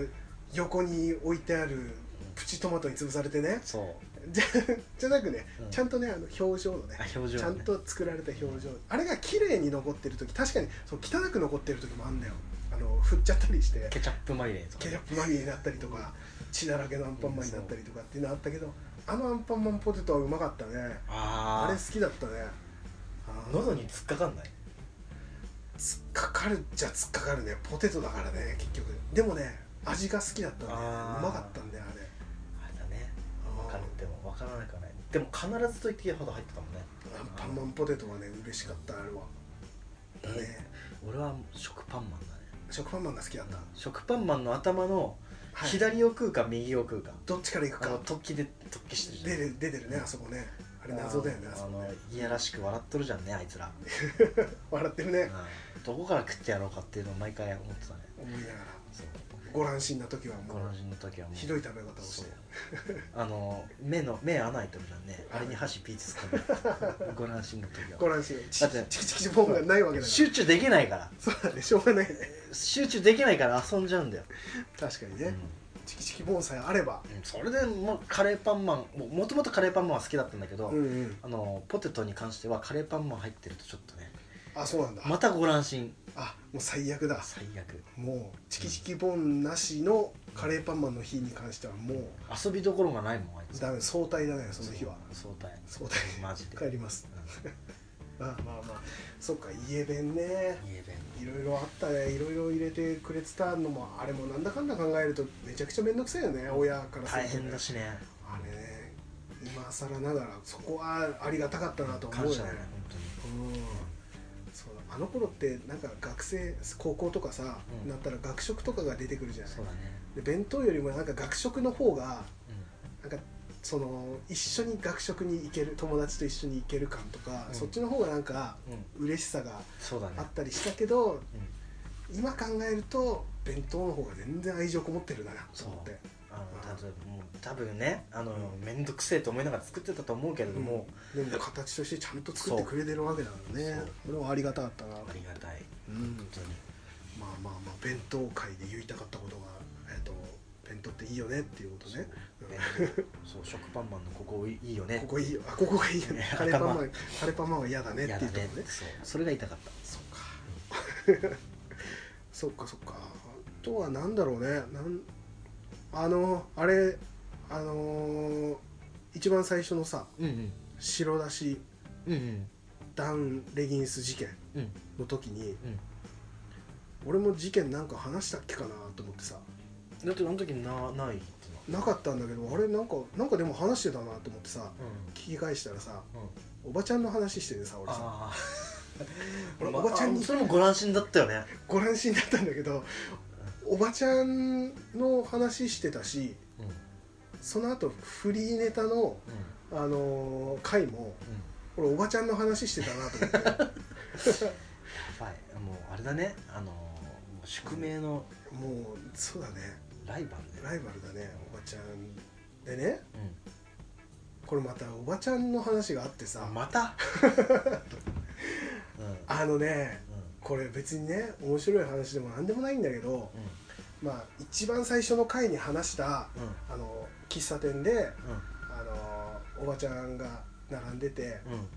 [SPEAKER 2] 横に置いてあるプチトマトに潰されてね
[SPEAKER 1] うそう
[SPEAKER 2] じゃ じゃなくね、
[SPEAKER 1] うん
[SPEAKER 2] ちゃんとねあの表情のね
[SPEAKER 1] あ表情
[SPEAKER 2] ち
[SPEAKER 1] が
[SPEAKER 2] ゃ
[SPEAKER 1] ね
[SPEAKER 2] んと作られた表情あれが綺麗に残ってる時確かにそう汚く残ってる時もあんだよあの振っちゃったりして
[SPEAKER 1] ケチャップマリネとか
[SPEAKER 2] ケチャップまみれになったりとか血だらけのアンパンマンになったりとかっていうのあったけどあのアンパンマンポテトはうまかったねあ
[SPEAKER 1] ああ
[SPEAKER 2] れ好きだったねあの
[SPEAKER 1] 喉に突っかかんない
[SPEAKER 2] 突っかかるっちゃ突っかかるねポテトだからね結局でもね味が好きだったんだよね
[SPEAKER 1] あー
[SPEAKER 2] うまかったんだよあれ
[SPEAKER 1] あれだねわかる
[SPEAKER 2] あ
[SPEAKER 1] でもわからなくはないでも必ずと言っていいほど入ってたもんね
[SPEAKER 2] ーアンパンマンポテトはね嬉しかったあれはだね、
[SPEAKER 1] 俺は食パンマンだね
[SPEAKER 2] 食パンマンが好きだった、
[SPEAKER 1] 食パンマンの頭の
[SPEAKER 2] はい
[SPEAKER 1] 左を食うか右を食うか、
[SPEAKER 2] どっちから行く
[SPEAKER 1] あの
[SPEAKER 2] か
[SPEAKER 1] 突起で突起してるじゃ
[SPEAKER 2] 出
[SPEAKER 1] ん
[SPEAKER 2] る出てるねあそこねあれ謎だよねあ
[SPEAKER 1] あ
[SPEAKER 2] そこ
[SPEAKER 1] の
[SPEAKER 2] ね
[SPEAKER 1] いやらしく笑っとるじゃんねあいつら、
[SPEAKER 2] 笑ってるね
[SPEAKER 1] うんどこから食ってやろうかっていうのを毎回思ってたね
[SPEAKER 2] 思いながら
[SPEAKER 1] そう
[SPEAKER 2] ご乱心な時はも
[SPEAKER 1] ご
[SPEAKER 2] う
[SPEAKER 1] 老人の時はもう
[SPEAKER 2] ひどい食べ方をし
[SPEAKER 1] そう
[SPEAKER 2] て
[SPEAKER 1] あの目の目穴開いてるじゃんねあれに箸ピーチ使うご乱心の時
[SPEAKER 2] ご
[SPEAKER 1] は
[SPEAKER 2] 乱心
[SPEAKER 1] だって
[SPEAKER 2] チキチキチボーンがないわけだから
[SPEAKER 1] 集中できないから
[SPEAKER 2] そうだねしょうがないね
[SPEAKER 1] 集中できないから遊んじゃうんだよ、
[SPEAKER 2] 確かに
[SPEAKER 1] う
[SPEAKER 2] ね
[SPEAKER 1] ん
[SPEAKER 2] チキチキボーンさえあれば
[SPEAKER 1] うんそれでもうカレーパンマンももともとカレーパンマンは好きだったんだけど、
[SPEAKER 2] うんうん
[SPEAKER 1] あのポテトに関してはカレーパンマン入ってるとちょっとね
[SPEAKER 2] あそうなんだ
[SPEAKER 1] またご乱心
[SPEAKER 2] あもう最悪だ
[SPEAKER 1] 最悪
[SPEAKER 2] もうチキチキボーンなしのカレーパンマンの日に関してはもう
[SPEAKER 1] 遊びどころがないもんあいつ
[SPEAKER 2] ダメ早退だねその日は
[SPEAKER 1] 相対
[SPEAKER 2] 早退
[SPEAKER 1] マジで
[SPEAKER 2] 帰ります
[SPEAKER 1] うん
[SPEAKER 2] まあまあまあそっか家弁ね
[SPEAKER 1] 家弁
[SPEAKER 2] いろいろあったねいろいろ入れてくれてたのもあれもなんだかんだ考えるとめちゃくちゃ面倒くさいよね親から
[SPEAKER 1] 大
[SPEAKER 2] とね
[SPEAKER 1] 変だし ね
[SPEAKER 2] あれね今更ながらそこはありがたかったなと思う
[SPEAKER 1] 感
[SPEAKER 2] よ
[SPEAKER 1] 謝
[SPEAKER 2] ね
[SPEAKER 1] だね本当に
[SPEAKER 2] うんそうあの頃ってなんか学生高校とかさ、
[SPEAKER 1] うん
[SPEAKER 2] なったら学食とかが出てくるじゃない
[SPEAKER 1] そうだね
[SPEAKER 2] で弁当よりもなんか学食の方が
[SPEAKER 1] う
[SPEAKER 2] なんかその一緒に学食に行ける友達と一緒に行ける感とか、
[SPEAKER 1] うん
[SPEAKER 2] そっちの方がなんか
[SPEAKER 1] んうん
[SPEAKER 2] 嬉しさが
[SPEAKER 1] そうだね
[SPEAKER 2] あったりしたけど
[SPEAKER 1] うん
[SPEAKER 2] 今考えると弁当の方が全然愛情こもってるなと思って
[SPEAKER 1] あの例えばもう多分ねあの面倒くせえと思いながら作ってたと思うけれども
[SPEAKER 2] でも形としてちゃんと作ってくれてるわけだからねこれはありがたかったな
[SPEAKER 1] ありがたい
[SPEAKER 2] うん
[SPEAKER 1] 本当に
[SPEAKER 2] まあまあまあ弁当会で言いたかったことがえっと弁当っていいよねっていうことね
[SPEAKER 1] 弁当そう食パンマンのここいいよね
[SPEAKER 2] ここいいよあここがいいよね
[SPEAKER 1] ね
[SPEAKER 2] カレーパンマ
[SPEAKER 1] 頭
[SPEAKER 2] ンカレーパンマンは嫌だねってい
[SPEAKER 1] や
[SPEAKER 2] う
[SPEAKER 1] だ
[SPEAKER 2] ところ
[SPEAKER 1] ね
[SPEAKER 2] ね
[SPEAKER 1] そうそれが痛かった
[SPEAKER 2] そうか そっかそっかあとは何だろうねなんあのあれあのー一番最初のさ
[SPEAKER 1] うんうん
[SPEAKER 2] 白だし
[SPEAKER 1] うんうん
[SPEAKER 2] ダンレギンス事件
[SPEAKER 1] うん
[SPEAKER 2] の時に
[SPEAKER 1] うん
[SPEAKER 2] 俺も事件なんか話したっけかなと思ってさ
[SPEAKER 1] だってあの時なないってな
[SPEAKER 2] なかったんだけどあれなんかなんかでも話してたなと思ってさ
[SPEAKER 1] うん
[SPEAKER 2] 聞き返したらさ
[SPEAKER 1] うん
[SPEAKER 2] おばちゃんの話しててさ俺さ
[SPEAKER 1] ああ
[SPEAKER 2] 俺おばちゃんに
[SPEAKER 1] それもご乱心だったよね
[SPEAKER 2] ご乱心だったんだけどおばちゃんの話してたし
[SPEAKER 1] うん
[SPEAKER 2] その後フリーネタの、
[SPEAKER 1] う
[SPEAKER 2] あのー回も
[SPEAKER 1] んうん
[SPEAKER 2] 俺おばちゃんの話してたなと思って
[SPEAKER 1] はいもうあれだねあのーもう宿命の
[SPEAKER 2] もうそうだね
[SPEAKER 1] ライバルだ
[SPEAKER 2] ラ
[SPEAKER 1] よ
[SPEAKER 2] イバルだねおばちゃんでね
[SPEAKER 1] うん
[SPEAKER 2] これまたおばちゃんの話があって
[SPEAKER 1] あ
[SPEAKER 2] さ
[SPEAKER 1] またうん
[SPEAKER 2] あのね
[SPEAKER 1] う
[SPEAKER 2] これ別にね面白い話でも何でもないんだけど、まあ一番最初の回に話した
[SPEAKER 1] うん
[SPEAKER 2] あの喫茶店で
[SPEAKER 1] うん
[SPEAKER 2] あのおばちゃんが並んでて
[SPEAKER 1] うん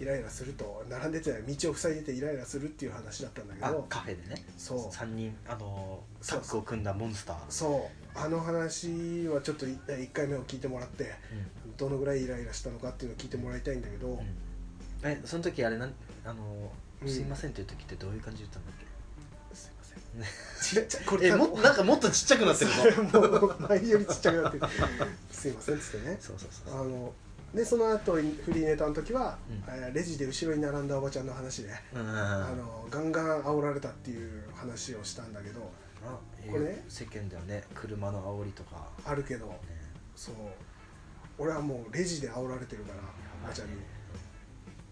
[SPEAKER 2] イライラすると並んでて道を塞いでてイライラするっていう話だったんだけ
[SPEAKER 1] あ
[SPEAKER 2] ど
[SPEAKER 1] カフェでね
[SPEAKER 2] そう
[SPEAKER 1] 三人あのータ
[SPEAKER 2] そうそう
[SPEAKER 1] ッグを組んだモンスター
[SPEAKER 2] そうあの話はちょっと1回目を聞いてもらってどのぐらいイライラしたのかっていうのを聞いてもらいたいんだけど、
[SPEAKER 1] うんえその時あれなんあのー
[SPEAKER 2] うん
[SPEAKER 1] すいませんっていう時ってどういう感じで言ったんだっ
[SPEAKER 2] すいません
[SPEAKER 1] ね
[SPEAKER 2] ちっちゃいこ
[SPEAKER 1] け
[SPEAKER 2] れ
[SPEAKER 1] えもっとなん
[SPEAKER 2] か
[SPEAKER 1] かもっとちっちゃくなってるの
[SPEAKER 2] もう前よりちっちゃくなってるすいませんっつってね
[SPEAKER 1] そうそうそう
[SPEAKER 2] あのでその後フリーネタの時は、
[SPEAKER 1] うん
[SPEAKER 2] えーレジで後ろに並んだおばちゃんの話で、
[SPEAKER 1] うん
[SPEAKER 2] あのガンガン煽られたっていう話をしたんだけど
[SPEAKER 1] あ
[SPEAKER 2] これね
[SPEAKER 1] 世間ではね車の煽りとか
[SPEAKER 2] あるけど
[SPEAKER 1] ね
[SPEAKER 2] そう俺はもうレジで煽られてるからおばちゃんに
[SPEAKER 1] ね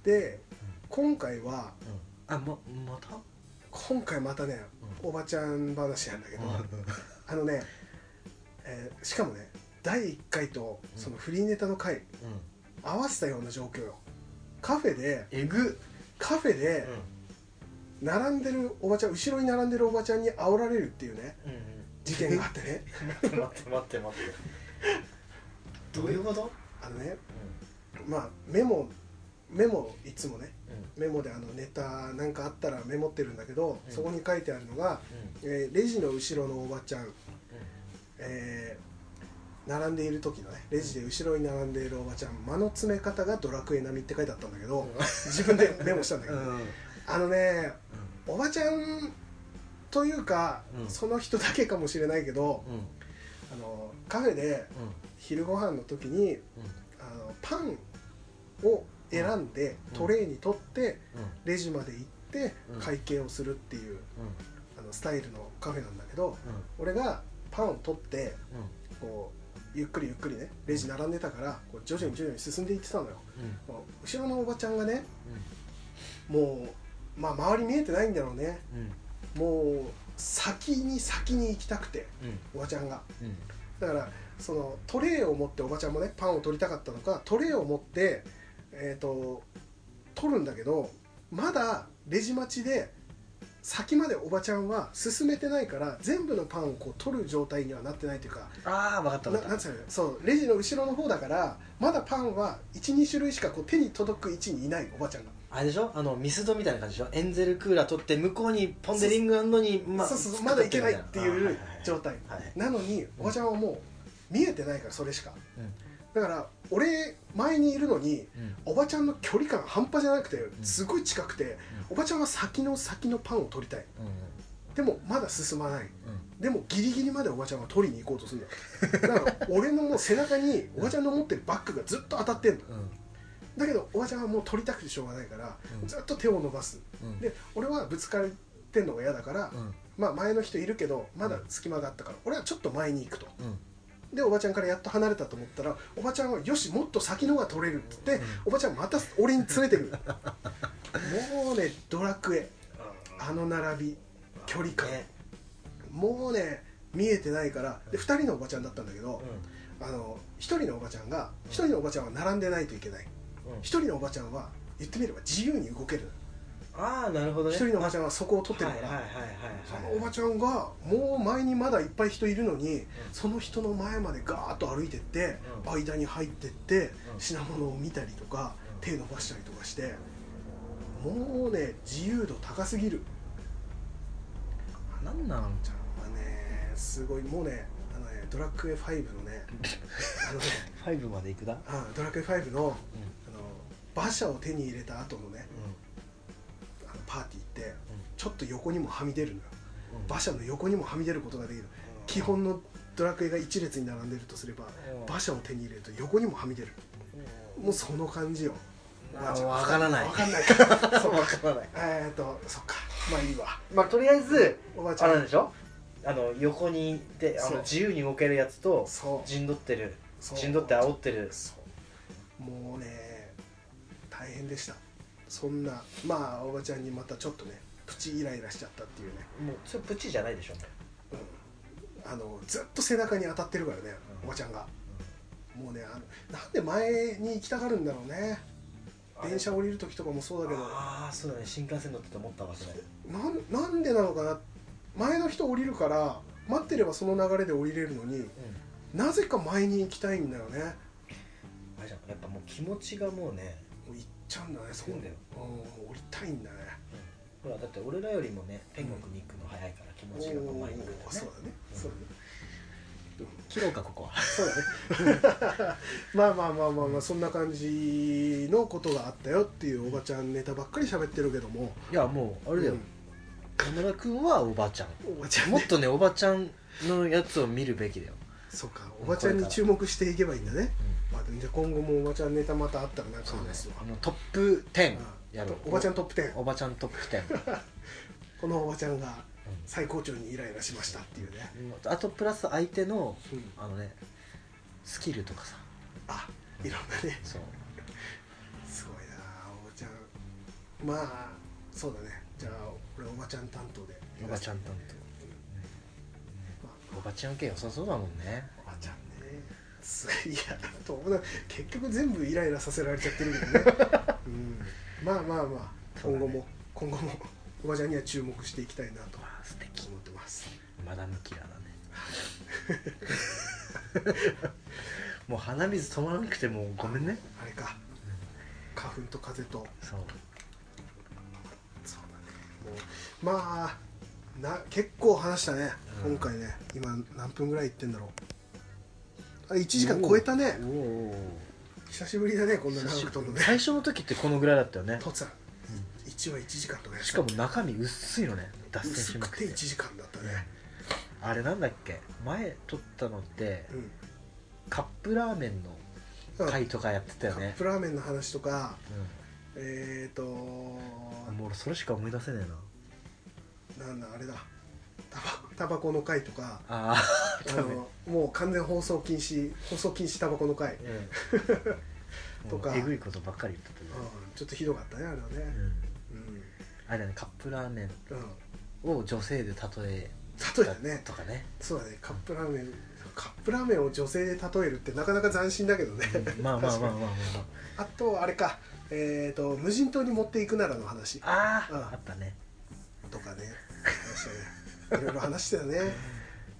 [SPEAKER 2] で今回は
[SPEAKER 1] うんあままた
[SPEAKER 2] 今回またね、
[SPEAKER 1] う
[SPEAKER 2] おばちゃん話なんだけど、
[SPEAKER 1] う
[SPEAKER 2] あのね、えーしかもね第1回とそのフリーネタの回
[SPEAKER 1] ん
[SPEAKER 2] 合わせたような状況よカフェで
[SPEAKER 1] えぐ
[SPEAKER 2] カフェで並んでるおばちゃん後ろに並んでるおばちゃんに煽られるっていうね
[SPEAKER 1] うんうん
[SPEAKER 2] 事件があっ てね
[SPEAKER 1] 待って待って待って待ってどういうこと
[SPEAKER 2] あのねまあメモメモいつもね
[SPEAKER 1] うんうん
[SPEAKER 2] メモであのネタなんかあったらメモってるんだけど、
[SPEAKER 1] うん
[SPEAKER 2] そこに書いてあるのが、えーレジの後ろのおばちゃん、えー並んでいる時のねレジで後ろに並んでいるおばちゃん間の詰め方がドラクエ並みって書いてあったんだけど、自分で メモしたんだけ
[SPEAKER 1] う
[SPEAKER 2] ど、
[SPEAKER 1] んうん
[SPEAKER 2] あのねおばちゃんというか、
[SPEAKER 1] うん
[SPEAKER 2] その人だけかもしれないけど、
[SPEAKER 1] うん
[SPEAKER 2] あのカフェで昼ご飯の時に
[SPEAKER 1] うん
[SPEAKER 2] あのパンを選んで、
[SPEAKER 1] うん
[SPEAKER 2] トレーに取って
[SPEAKER 1] うん
[SPEAKER 2] レジまで行って
[SPEAKER 1] うん
[SPEAKER 2] 会計をするっていう、
[SPEAKER 1] うん
[SPEAKER 2] あのスタイルのカフェなんだけど
[SPEAKER 1] うん
[SPEAKER 2] 俺がパンを取って
[SPEAKER 1] うん
[SPEAKER 2] こうゆっくりゆっくりねレジ並んでたからこう徐々に徐々に進んでいってたのよ
[SPEAKER 1] うん
[SPEAKER 2] もう後ろのおばちゃんがねもう、まあ、周り見えてないんだろうね
[SPEAKER 1] うん
[SPEAKER 2] もう先に先に行きたくて
[SPEAKER 1] うん
[SPEAKER 2] おばちゃんが
[SPEAKER 1] うん
[SPEAKER 2] だからそのトレーを持っておばちゃんもねパンを取りたかったのかトレーを持ってえっ、と取るんだけどまだレジ待ちで先までおばちゃんは進めてないから全部のパンをこう取る状態にはなってないというか
[SPEAKER 1] ああ分かった
[SPEAKER 2] な
[SPEAKER 1] 分
[SPEAKER 2] な
[SPEAKER 1] か
[SPEAKER 2] ん
[SPEAKER 1] っ
[SPEAKER 2] つうのそうレジの後ろの方だからまだパンは12種類しかこう手に届く位置にいないおばちゃんが
[SPEAKER 1] たあれでしょあのミスドみたいな感じでしょエンゼルクーラー取って向こうにポン・デ・リングアンドにま
[SPEAKER 2] そうそうそうまだいけないっていう状態
[SPEAKER 1] はいはい
[SPEAKER 2] なのにおばちゃんはもう見えてないからそれしか
[SPEAKER 1] うん
[SPEAKER 2] だから俺前にいるのに
[SPEAKER 1] うん
[SPEAKER 2] おばちゃんの距離感半端じゃなくてすごい近くておばちゃんは先の先のパンを取りたい
[SPEAKER 1] うん
[SPEAKER 2] でもまだ進まない
[SPEAKER 1] うん
[SPEAKER 2] でもギリギリまでおばちゃんは取りに行こうと するんだよだから俺のもう背中におばちゃんの持ってるバッグがずっと当たってんの
[SPEAKER 1] うん
[SPEAKER 2] だけどおばちゃんはもう取りたくてしょうがないから
[SPEAKER 1] うん
[SPEAKER 2] ずっと手を伸ばす
[SPEAKER 1] うん
[SPEAKER 2] で俺はぶつかってんのが嫌だから
[SPEAKER 1] うん
[SPEAKER 2] まあ前の人いるけどまだ隙間があったから俺はちょっと前に行くと
[SPEAKER 1] うん
[SPEAKER 2] でおばちゃんからやっと離れたと思ったらおばちゃんはよしもっと先のが取れるって言っておばちゃんまた俺に連れて くるもうねドラクエあの並び距離感
[SPEAKER 1] ね
[SPEAKER 2] もうね見えてないからで2人のおばちゃんだったんだけど
[SPEAKER 1] う
[SPEAKER 2] あの1人のおばちゃんが1人のおばちゃんは並んでないといけない
[SPEAKER 1] んうん
[SPEAKER 2] 1人のおばちゃんは言ってみれば自由に動ける
[SPEAKER 1] ああなるほど
[SPEAKER 2] 1
[SPEAKER 1] ね
[SPEAKER 2] 人のおばちゃんはそこを取ってるから
[SPEAKER 1] はいはい
[SPEAKER 2] そ
[SPEAKER 1] はい
[SPEAKER 2] の
[SPEAKER 1] はい
[SPEAKER 2] おばちゃんがもう前にまだいっぱい人いるのに、その人の前までガーッと歩いてって、
[SPEAKER 1] うん
[SPEAKER 2] 間に入ってって、
[SPEAKER 1] うん
[SPEAKER 2] 品物を見たりとか、
[SPEAKER 1] うん
[SPEAKER 2] 手伸ばしたりとかしてもうね自由度高すぎる
[SPEAKER 1] ゃんなんなの
[SPEAKER 2] ちゃんはねすごいもうねあのねドラクエ5 のねあのね
[SPEAKER 1] ファイブまで行くだ
[SPEAKER 2] あドラクエ5の
[SPEAKER 1] うんうん
[SPEAKER 2] あの馬車を手に入れた後のねあのパーティーってちょっと横にもはみ出るのよ
[SPEAKER 1] うん
[SPEAKER 2] 馬車の横にもはみ出ることができる
[SPEAKER 1] うん
[SPEAKER 2] 基本のドラクエが一列に並んでるとすれば
[SPEAKER 1] うん
[SPEAKER 2] 馬車を手に入れると横にもはみ出るもうその感じよ
[SPEAKER 1] あわからない
[SPEAKER 2] わか んないかそう
[SPEAKER 1] わからない
[SPEAKER 2] えっとそっかまあいいわ
[SPEAKER 1] まあとりあえず
[SPEAKER 2] おばあち
[SPEAKER 1] あ
[SPEAKER 2] ゃ
[SPEAKER 1] れなん
[SPEAKER 2] ん
[SPEAKER 1] でしょあの横にいてあ
[SPEAKER 2] そう
[SPEAKER 1] の自由に動けるやつと
[SPEAKER 2] そう
[SPEAKER 1] 陣取ってる
[SPEAKER 2] そう
[SPEAKER 1] 陣取って煽ってる
[SPEAKER 2] そうもうね大変でしたそんなまあおばちゃんにまたちょっとねプチイライラしちゃったっていうね、
[SPEAKER 1] もうそれプチじゃないでしょ
[SPEAKER 2] うん、あのずっと背中に当たってるからね
[SPEAKER 1] うん
[SPEAKER 2] おばちゃんがもうねあのなんで前に行きたがるんだろうね
[SPEAKER 1] あれ
[SPEAKER 2] 電車降りる時とかもそうだけど
[SPEAKER 1] ああそうだね新幹線乗ってて思ったわそれ
[SPEAKER 2] なんなんでなのかな前の人降りるから待ってればその流れで降りれるのに
[SPEAKER 1] う
[SPEAKER 2] なぜか前に行きたいんだよね
[SPEAKER 1] んあれじゃんやっぱもう気持ちがもうね
[SPEAKER 2] もう行っちゃうんだねそ
[SPEAKER 1] そうだよ
[SPEAKER 2] うん降りたいんだね
[SPEAKER 1] ほらだって俺らよりもね天国に行くの早いから気持ちがもう前に行く
[SPEAKER 2] おー
[SPEAKER 1] か
[SPEAKER 2] そう
[SPEAKER 1] ら
[SPEAKER 2] だ
[SPEAKER 1] ね
[SPEAKER 2] ねそうだね
[SPEAKER 1] 切ろうかここは
[SPEAKER 2] そうだねまあまあまあまあまあそんな感じのことがあったよっていうおばちゃんネタばっかり喋ってるけども
[SPEAKER 1] いやもうあれだよ、山田君はおばちゃん
[SPEAKER 2] うんおばちゃん
[SPEAKER 1] もっ
[SPEAKER 2] ね
[SPEAKER 1] とねおばちゃんのやつを見るべきだよ、
[SPEAKER 2] そうかおばちゃんに注目していけばいいんだねまあじゃあ今後もおばちゃんネタまたあったらなんか
[SPEAKER 1] そうで
[SPEAKER 2] 話
[SPEAKER 1] す
[SPEAKER 2] すわ
[SPEAKER 1] あのトップ10
[SPEAKER 2] うん
[SPEAKER 1] やろう
[SPEAKER 2] おばちゃんトップ10
[SPEAKER 1] おばちゃんトップ10
[SPEAKER 2] このおばちゃんが最高潮にイライラしましたっていうね、
[SPEAKER 1] うんあとプラス相手の
[SPEAKER 2] うん、
[SPEAKER 1] あのねスキルとかさ
[SPEAKER 2] あいろんなね
[SPEAKER 1] そう
[SPEAKER 2] すごいなおばちゃんまあそうだねじゃあ俺おばちゃん担当で
[SPEAKER 1] おばちゃん担
[SPEAKER 2] まあ
[SPEAKER 1] 当おばちゃん系良さそうだもんね
[SPEAKER 2] おばちゃんねすいやどうもな結局全部イライラさせられちゃってるけど ね、うん、まあまあまあ
[SPEAKER 1] そう
[SPEAKER 2] 今
[SPEAKER 1] だね
[SPEAKER 2] 後も、今後もおばちゃんには注目していきたいなと
[SPEAKER 1] わあ素敵
[SPEAKER 2] 思ってます
[SPEAKER 1] マダムキラーだね もう鼻水止まらなくてもうごめんね
[SPEAKER 2] あれか花粉と風と
[SPEAKER 1] そう
[SPEAKER 2] そうだねもうまあな結構話したね、
[SPEAKER 1] うん
[SPEAKER 2] 今回ね今何分ぐらいいってんだろうあ1時間超えたね
[SPEAKER 1] おお
[SPEAKER 2] 久しぶりだねこんな長くとのね
[SPEAKER 1] 最初の時ってこのぐらいだったよね
[SPEAKER 2] とっつぁん1話1時間とかやった
[SPEAKER 1] しかも中身薄いのね脱線
[SPEAKER 2] 薄
[SPEAKER 1] しま
[SPEAKER 2] く
[SPEAKER 1] く
[SPEAKER 2] て
[SPEAKER 1] って
[SPEAKER 2] 1時間だったね
[SPEAKER 1] あれなんだっけ前撮ったのって
[SPEAKER 2] うん
[SPEAKER 1] カップラーメンの
[SPEAKER 2] うん
[SPEAKER 1] 回とかやってたよ
[SPEAKER 2] カッ
[SPEAKER 1] ね
[SPEAKER 2] プラーメンの話とか
[SPEAKER 1] う
[SPEAKER 2] えーと
[SPEAKER 1] んもう俺それしか思い出せねえな
[SPEAKER 2] なんだあれだタバタバコの回とか
[SPEAKER 1] ああ
[SPEAKER 2] あのもう完全放送禁止放送禁止タバコの回、うん、と
[SPEAKER 1] と
[SPEAKER 2] か
[SPEAKER 1] かえぐいことばっかり言ってたね
[SPEAKER 2] ちょっとひどかったねあれはねうん
[SPEAKER 1] あれだねカップラーメン
[SPEAKER 2] うん
[SPEAKER 1] を女性で例え
[SPEAKER 2] 例えばね
[SPEAKER 1] とかね
[SPEAKER 2] そうだねカップラーメンカップラーメンを女性で例えるってなかなか斬新だけどね、
[SPEAKER 1] まあまあまあまあ
[SPEAKER 2] 確か
[SPEAKER 1] まあ
[SPEAKER 2] にあとあれかえっ、と無人島に持っていくならの話
[SPEAKER 1] まああ
[SPEAKER 2] うん
[SPEAKER 1] ああったね
[SPEAKER 2] とかね話したねいろいろ話したよね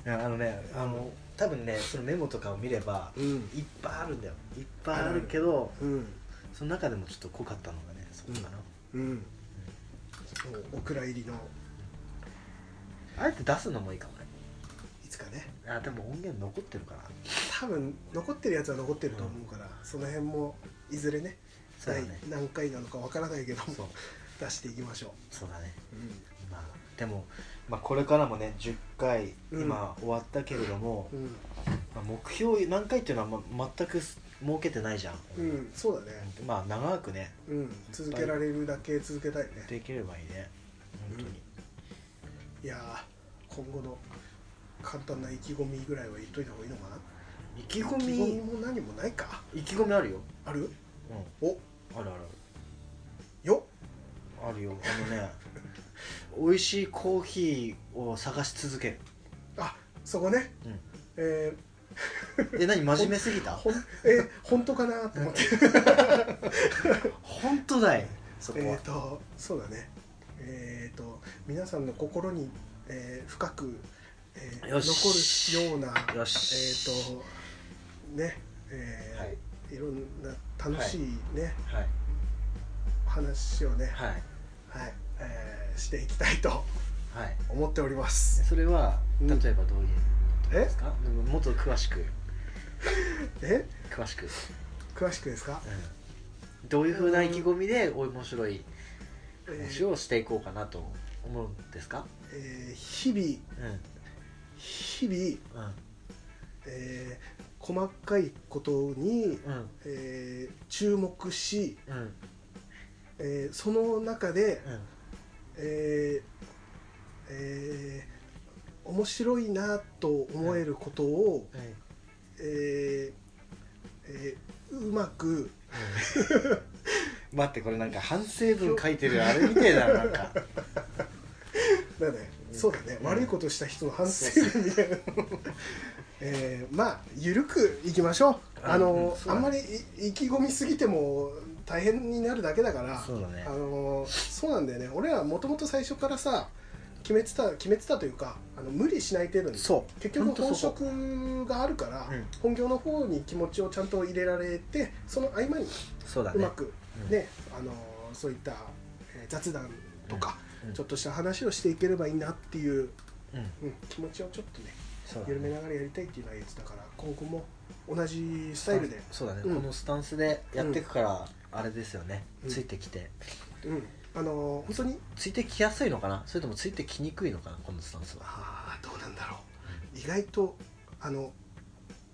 [SPEAKER 1] いやあのねあの多分ねそのメモとかを見れば
[SPEAKER 2] うん
[SPEAKER 1] いっぱいあるんだよいっぱいあるけど
[SPEAKER 2] うん
[SPEAKER 1] その中でもちょっと濃かったのがねそこかな
[SPEAKER 2] うんそうお蔵入りの
[SPEAKER 1] あえて出すのもいいかもね
[SPEAKER 2] いつかね
[SPEAKER 1] あでも音源残ってるかな
[SPEAKER 2] 多分残ってるやつは残ってると思うから、その辺もいずれね
[SPEAKER 1] そうだね
[SPEAKER 2] 第何回なのかわからないけど
[SPEAKER 1] そう
[SPEAKER 2] も出していきましょ
[SPEAKER 1] そうだね
[SPEAKER 2] う、
[SPEAKER 1] まあでも、まあ、これからもね10回
[SPEAKER 2] うん
[SPEAKER 1] 今終わったけれども、
[SPEAKER 2] うん
[SPEAKER 1] まあ、目標何回っていうのは、ま、全く設けてないじゃん、
[SPEAKER 2] うん、うん、そうだね
[SPEAKER 1] まあ長くね
[SPEAKER 2] うん続けられるだけ続けたいね
[SPEAKER 1] できればいいね本当に、
[SPEAKER 2] いやー今後の簡単な意気込みぐらいは言っといた方がいいのかな
[SPEAKER 1] 意気
[SPEAKER 2] 意
[SPEAKER 1] 込
[SPEAKER 2] 気
[SPEAKER 1] み
[SPEAKER 2] 込みも何もないか
[SPEAKER 1] 意気込みあるよ、
[SPEAKER 2] ある
[SPEAKER 1] う
[SPEAKER 2] お
[SPEAKER 1] ん、あるある
[SPEAKER 2] よ
[SPEAKER 1] あるよあ のね美味しいコーヒーを探し続ける、
[SPEAKER 2] あそこね
[SPEAKER 1] うん、
[SPEAKER 2] え
[SPEAKER 1] え何真面目すぎた
[SPEAKER 2] ー、ほんえー、本当かなと思って
[SPEAKER 1] 本当だい そこは、
[SPEAKER 2] えっとそうだねえっ、と皆さんの心に、えー深く、えー
[SPEAKER 1] よし
[SPEAKER 2] 残るようなえっ、
[SPEAKER 1] よし
[SPEAKER 2] とねえー
[SPEAKER 1] はい
[SPEAKER 2] い、ろんな楽しいね、
[SPEAKER 1] はい
[SPEAKER 2] 話をねはい、
[SPEAKER 1] はい
[SPEAKER 2] えーしていきたいと
[SPEAKER 1] はい
[SPEAKER 2] 思っております
[SPEAKER 1] それは
[SPEAKER 2] うん
[SPEAKER 1] 例えばどういうことですか、なんかもっと詳しく
[SPEAKER 2] え
[SPEAKER 1] 詳しく、
[SPEAKER 2] 詳しくですか、
[SPEAKER 1] うん、どういうふうな意気込みで面白い
[SPEAKER 2] えー
[SPEAKER 1] 話をしていこうかなと思うんですか、
[SPEAKER 2] えー日々
[SPEAKER 1] うんうん
[SPEAKER 2] 日々、
[SPEAKER 1] う
[SPEAKER 2] えー細かいことに、
[SPEAKER 1] ん
[SPEAKER 2] えー注目し、
[SPEAKER 1] うんうん
[SPEAKER 2] えーその中で、えーえー面白いなと思えることを、
[SPEAKER 1] はい
[SPEAKER 2] えーえーうまく
[SPEAKER 1] 待ってこれなんか反省文書いてるあれみたいななんか
[SPEAKER 2] だね、
[SPEAKER 1] うん
[SPEAKER 2] そうだね、
[SPEAKER 1] うん
[SPEAKER 2] 悪いことした人の反省みた いなえーまあゆるくいきましょう
[SPEAKER 1] あ
[SPEAKER 2] あの
[SPEAKER 1] うん、そう
[SPEAKER 2] あ
[SPEAKER 1] だね
[SPEAKER 2] んまりい意気込みすぎても大変になるだけだか ら
[SPEAKER 1] そうだね
[SPEAKER 2] あのーそうなんだよね俺らもともと最初からさ決めてた決めてたというかあの無理しない程度に
[SPEAKER 1] そう
[SPEAKER 2] 結局
[SPEAKER 1] ほんと
[SPEAKER 2] 本
[SPEAKER 1] そこ
[SPEAKER 2] 職があるから、
[SPEAKER 1] うん
[SPEAKER 2] 本業の方に気持ちをちゃんと入れられてその合間に
[SPEAKER 1] そうだ
[SPEAKER 2] う
[SPEAKER 1] ね
[SPEAKER 2] まく
[SPEAKER 1] うん
[SPEAKER 2] ね、あのーそういったえー雑談とか、
[SPEAKER 1] うん
[SPEAKER 2] ちょっとした話をしていければいいなっていう、
[SPEAKER 1] うん
[SPEAKER 2] うん、気持ちをちょっとね
[SPEAKER 1] そうだね
[SPEAKER 2] 緩めながらやりたいっていうのは言ってたから今後も同じスタイルで、
[SPEAKER 1] そうだね、
[SPEAKER 2] うん
[SPEAKER 1] このスタンスでやっていくから、あれですよね、
[SPEAKER 2] うん
[SPEAKER 1] ついてきて
[SPEAKER 2] うん、あのー本当に
[SPEAKER 1] ついてきやすいのかなそれともついてきにくいのかなこのスタンスは
[SPEAKER 2] あーどうなんだろう意外とあの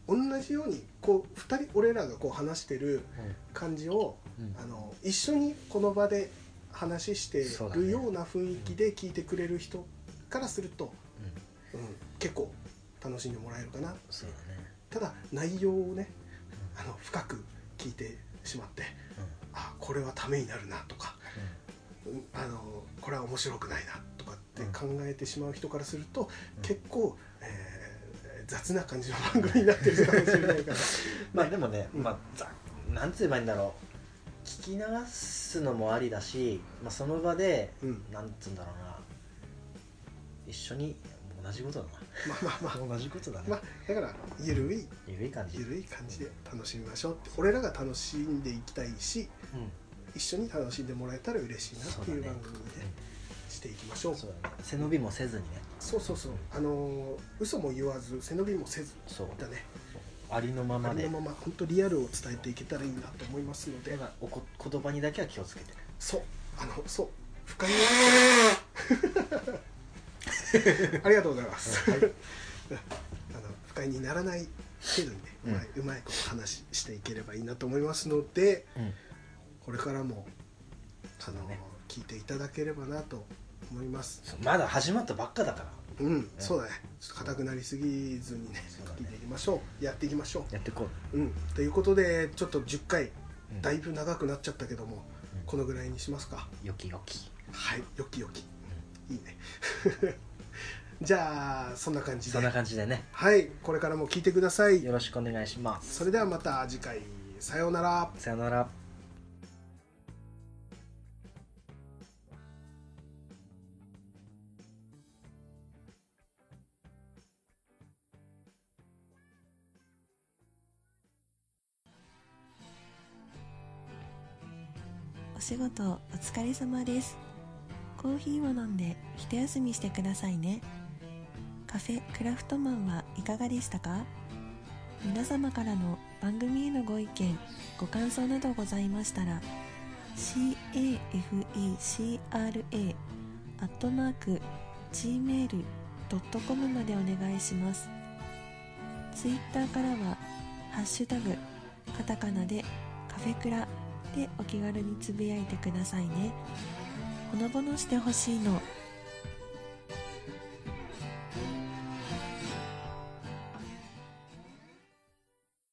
[SPEAKER 2] 同じようにこう2人俺らがこう話してる感じを
[SPEAKER 1] うん、うん
[SPEAKER 2] あの一緒にこの場で話して
[SPEAKER 1] そうだね
[SPEAKER 2] るような雰囲気で聞いてくれる人からすると、うん、結構楽しんでもらえるかな
[SPEAKER 1] そうだね、
[SPEAKER 2] ただ内容をねあの深く聞いてしまって
[SPEAKER 1] うんうん
[SPEAKER 2] あこれはためになるなとかうんあのこれは面白くないなとかって考えてしまう人からすると、
[SPEAKER 1] うん
[SPEAKER 2] 結構、えー雑な感じの番組になってるかもしれないから
[SPEAKER 1] まあでもね、
[SPEAKER 2] う ん
[SPEAKER 1] まあざなんて言えばいいんだろう聞き流すのもありだし、まあ、その場で、
[SPEAKER 2] うん
[SPEAKER 1] なんつうんだろうな一緒に同じことだ
[SPEAKER 2] まあまあまあ
[SPEAKER 1] な同じことだね、
[SPEAKER 2] まあだからゆるい
[SPEAKER 1] 緩い感じ
[SPEAKER 2] ゆるい感じで楽しみましょうって俺らが楽しんでいきたいし
[SPEAKER 1] うん
[SPEAKER 2] 一緒に楽しんでもらえたら嬉しいなっていう
[SPEAKER 1] そうだ
[SPEAKER 2] 番
[SPEAKER 1] ね
[SPEAKER 2] 組でしていきましょう
[SPEAKER 1] そうだね背伸びもせずにね
[SPEAKER 2] そうそうそうあのー嘘も言わず背伸びもせず
[SPEAKER 1] そう
[SPEAKER 2] だね
[SPEAKER 1] ありのまま
[SPEAKER 2] あり
[SPEAKER 1] で
[SPEAKER 2] のまま本当リアルを伝えていけたらいいなと思いますので
[SPEAKER 1] でまあおこ言葉にだけは気をつけて
[SPEAKER 2] そうあのそう深いな ありがとうございます、
[SPEAKER 1] はい
[SPEAKER 2] あの不快にならない程度にね、う
[SPEAKER 1] うん
[SPEAKER 2] まいうまいこと話していければいいなと思いますので
[SPEAKER 1] うん
[SPEAKER 2] これからもあ
[SPEAKER 1] そ
[SPEAKER 2] の、
[SPEAKER 1] うだね
[SPEAKER 2] 聞いていただければなと思います
[SPEAKER 1] そうまだ始まったばっかだから
[SPEAKER 2] うん、そうだねちょっと硬くなりすぎずにね
[SPEAKER 1] そうだね
[SPEAKER 2] 聞いていきましょうやっていきましょ
[SPEAKER 1] やってこう
[SPEAKER 2] う、うん、ということでちょっと10回
[SPEAKER 1] うん
[SPEAKER 2] だいぶ長くなっちゃったけども、
[SPEAKER 1] うん
[SPEAKER 2] このぐらいにしますか
[SPEAKER 1] よきよき
[SPEAKER 2] はい、よきよき。いいね。 じゃあ、そんな感じ
[SPEAKER 1] そ
[SPEAKER 2] で
[SPEAKER 1] んな。感じでね
[SPEAKER 2] はい、これからも聞いてください
[SPEAKER 1] よ。ろしくお願いします
[SPEAKER 2] それではまた次回、さようなら。
[SPEAKER 1] さよなら
[SPEAKER 3] お仕事お疲れ様ですコーヒーを飲んで一休みしてくださいねカフェクラフトマンはいかがでしたか皆様からの番組へのご意見ご感想などございましたら cafecra アットマーク gmail.com までお願いしますツイッターからはハッシュタグカタカナでカフェクラでお気軽につぶやいてくださいねほのぼのしてほしいの